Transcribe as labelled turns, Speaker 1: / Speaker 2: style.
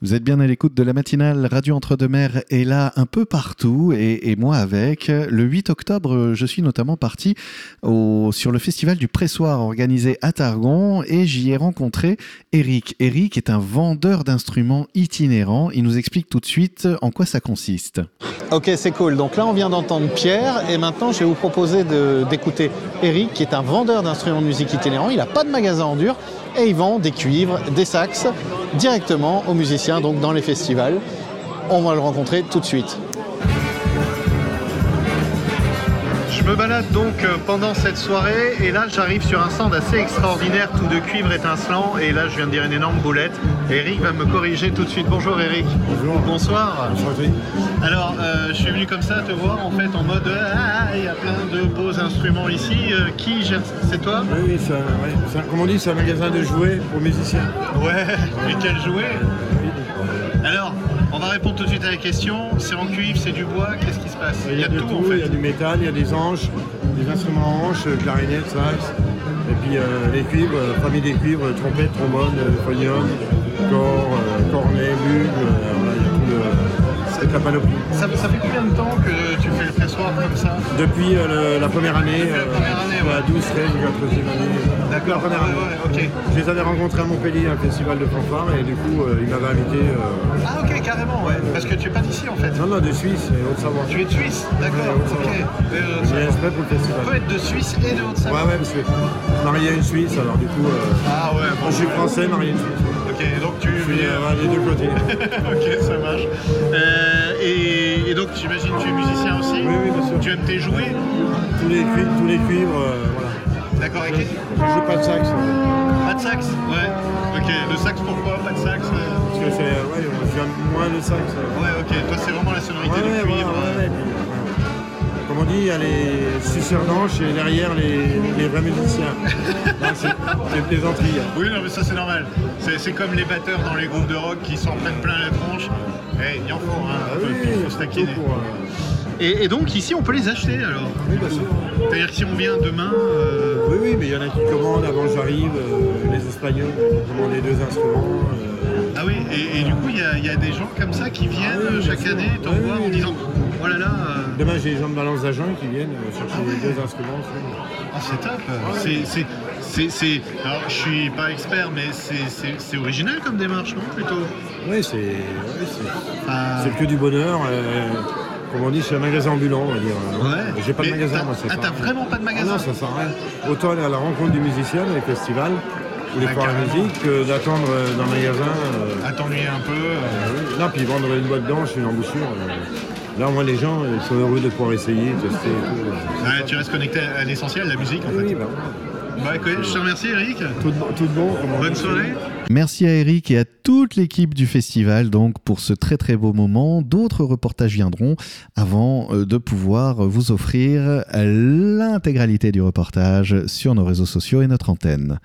Speaker 1: Vous êtes bien à l'écoute de la matinale Radio Entre-deux-Mers est là un peu partout et, et, moi avec. Le 8 octobre, je suis notamment parti au, sur le festival du pressoir organisé à Targon et j'y ai rencontré Eric. Eric est un vendeur d'instruments itinérant. Il nous explique tout de suite en quoi ça consiste.
Speaker 2: Ok, c'est cool. Donc là, on vient d'entendre Pierre et maintenant, je vais vous proposer d'écouter Eric qui est un vendeur d'instruments de musique itinérant. Il n'a pas de magasin en dur et il vend des cuivres, des saxes directement aux musiciens donc dans les festivals. On va le rencontrer tout de suite.
Speaker 3: Je me balade donc euh, pendant cette soirée et là j'arrive sur un stand assez extraordinaire, tout de cuivre étincelant et là je viens de dire une énorme boulette. Eric va me corriger tout de suite. Bonjour Eric.
Speaker 4: Bonjour.
Speaker 3: Bonsoir.
Speaker 4: Bonjour.
Speaker 3: Alors euh, je suis venu comme ça te voir en fait en mode ah il y a plein de beaux instruments ici. Euh, qui gère C'est toi
Speaker 4: Oui, oui, c'est un, ouais. comme on dit, c'est un magasin de jouets pour musiciens.
Speaker 3: Ouais, mais quel jouet alors, on va répondre tout de suite à la question. C'est en cuivre, c'est du bois, qu'est-ce qui se passe
Speaker 4: Il y a, de tout,
Speaker 3: en fait.
Speaker 4: Il y a du métal, il y a des anches, des instruments à hanches, clarinette, sax, et puis euh, les cuivres, euh, parmi les cuivres, trompette, trombone, phonium, corps, euh, cornet, bugle, euh, voilà, il y a tout le... C'est la panoplie.
Speaker 3: Ça, ça, fait combien de temps que tu fais le pressoir comme ça
Speaker 4: Depuis euh, le, la première année,
Speaker 3: Depuis la première année
Speaker 4: ouais. la 12, 13, 14 e année.
Speaker 3: D'accord,
Speaker 4: première
Speaker 3: ouais,
Speaker 4: année.
Speaker 3: ouais, ok.
Speaker 4: Je les avais rencontrés à Montpellier à un festival de fanfare et du coup euh, ils m'avaient invité. euh,
Speaker 3: Ah ok, carrément, ouais. Parce que tu es pas d'ici en fait.
Speaker 4: Non, non, de Suisse et Haute-Savoie.
Speaker 3: Tu es de Suisse, d'accord, ok. Et de
Speaker 4: J'ai
Speaker 3: Haute-Savoie.
Speaker 4: exprès pour le festival.
Speaker 3: On peut être de Suisse et de
Speaker 4: Ouais,
Speaker 3: Haute-Savoie.
Speaker 4: ouais, parce que marié à une Suisse, alors du coup, euh,
Speaker 3: Ah ouais, bon,
Speaker 4: moi, je suis
Speaker 3: ouais.
Speaker 4: français, marié à une Suisse.
Speaker 3: Ok, donc tu
Speaker 4: Je suis
Speaker 3: viens-
Speaker 4: euh, des deux côtés.
Speaker 3: ok, ça marche. Euh, et, et donc j'imagine que tu es musicien aussi
Speaker 4: Oui, oui, bien sûr.
Speaker 3: Tu aimes tes jouets
Speaker 4: tous, les cuivres, tous les cuivres, euh, voilà.
Speaker 3: D'accord,
Speaker 4: Je,
Speaker 3: et
Speaker 4: je joue pas de sax, hein,
Speaker 3: Pas de sax Ouais. Ok, le sax pourquoi Pas de sax euh,
Speaker 4: parce que c'est, euh, ouais, je viens moins de sax. euh.
Speaker 3: Ouais, ok, toi c'est vraiment la
Speaker 4: Ouais,
Speaker 3: sonorité
Speaker 4: ouais,
Speaker 3: du
Speaker 4: ouais,
Speaker 3: cuivre.
Speaker 4: ouais,
Speaker 3: euh.
Speaker 4: ouais, puis, euh, Comme on dit, il y a les suceurs d'anches et derrière les, les vrais musiciens. Là, c'est c'est une plaisanterie. hein.
Speaker 3: Oui, non, mais ça c'est normal. C'est c'est comme les batteurs dans les groupes de rock qui s'en prennent plein la tronche. Eh, il y en faut, hein,
Speaker 4: Ah
Speaker 3: un peu,
Speaker 4: oui,
Speaker 3: il
Speaker 4: il y a
Speaker 3: faut se taquiner.
Speaker 4: tout pour, euh,
Speaker 3: Et, et donc ici on peut les acheter alors
Speaker 4: oui, bien sûr.
Speaker 3: C'est-à-dire que si on vient demain, euh,
Speaker 4: Oui, oui, mais il y en a qui commandent avant que j'arrive, euh, les Espagnols qui commandent les deux instruments. euh,
Speaker 3: Ah oui, et, et du coup, il y, a- il y a des gens comme ça qui viennent
Speaker 4: Ah oui, bien
Speaker 3: chaque
Speaker 4: sûr.
Speaker 3: année t'en
Speaker 4: Oui,
Speaker 3: voir
Speaker 4: oui,
Speaker 3: en
Speaker 4: oui.
Speaker 3: disant Oh là là, euh,
Speaker 4: Demain, j'ai les gens de Balance d'Agen qui viennent euh, chercher les deux instruments. tu
Speaker 3: ah, c'est top C'est- c'est- c'est- c'est- Alors, je suis pas expert, mais c'est- c'est c'est original comme démarche, non Plutôt
Speaker 4: vois. Oui, c'est ouais, c'est-
Speaker 3: Ah,
Speaker 4: c'est que du bonheur. euh, comme on dit, c'est un magasin ambulant, on va dire. hein.
Speaker 3: Ouais.
Speaker 4: J'ai pas de
Speaker 3: Mais
Speaker 4: magasin,
Speaker 3: t'as-
Speaker 4: moi, ça
Speaker 3: Ah,
Speaker 4: sert à
Speaker 3: t'as
Speaker 4: rien.
Speaker 3: vraiment pas de
Speaker 4: Ah
Speaker 3: magasin
Speaker 4: non, ça sert à rien. Autant aller à la rencontre du musicien dans les festivals ou les
Speaker 3: Ah,
Speaker 4: foires à
Speaker 3: carrément.
Speaker 4: musique que d'attendre euh, dans le magasin. euh,
Speaker 3: À t'ennuyer un peu. euh,
Speaker 4: Euh, Là, puis vendre une boîte d'anche, une embouchure. euh, Là, moi, les gens, ils sont heureux de pouvoir essayer, tester et tout. euh.
Speaker 3: ouais, tu restes connecté à l'essentiel, la musique en fait.
Speaker 4: Oui, bah, voilà.
Speaker 3: Bah, écoute, je te remercie, Eric.
Speaker 4: tout, de bon- tout de bon. comme on
Speaker 3: Bonne
Speaker 4: dit.
Speaker 3: soirée.
Speaker 1: Merci à Eric et à toute l'équipe du festival donc pour ce très très beau moment. D'autres reportages viendront avant euh, de pouvoir vous offrir l'intégralité du reportage sur nos réseaux sociaux et notre antenne.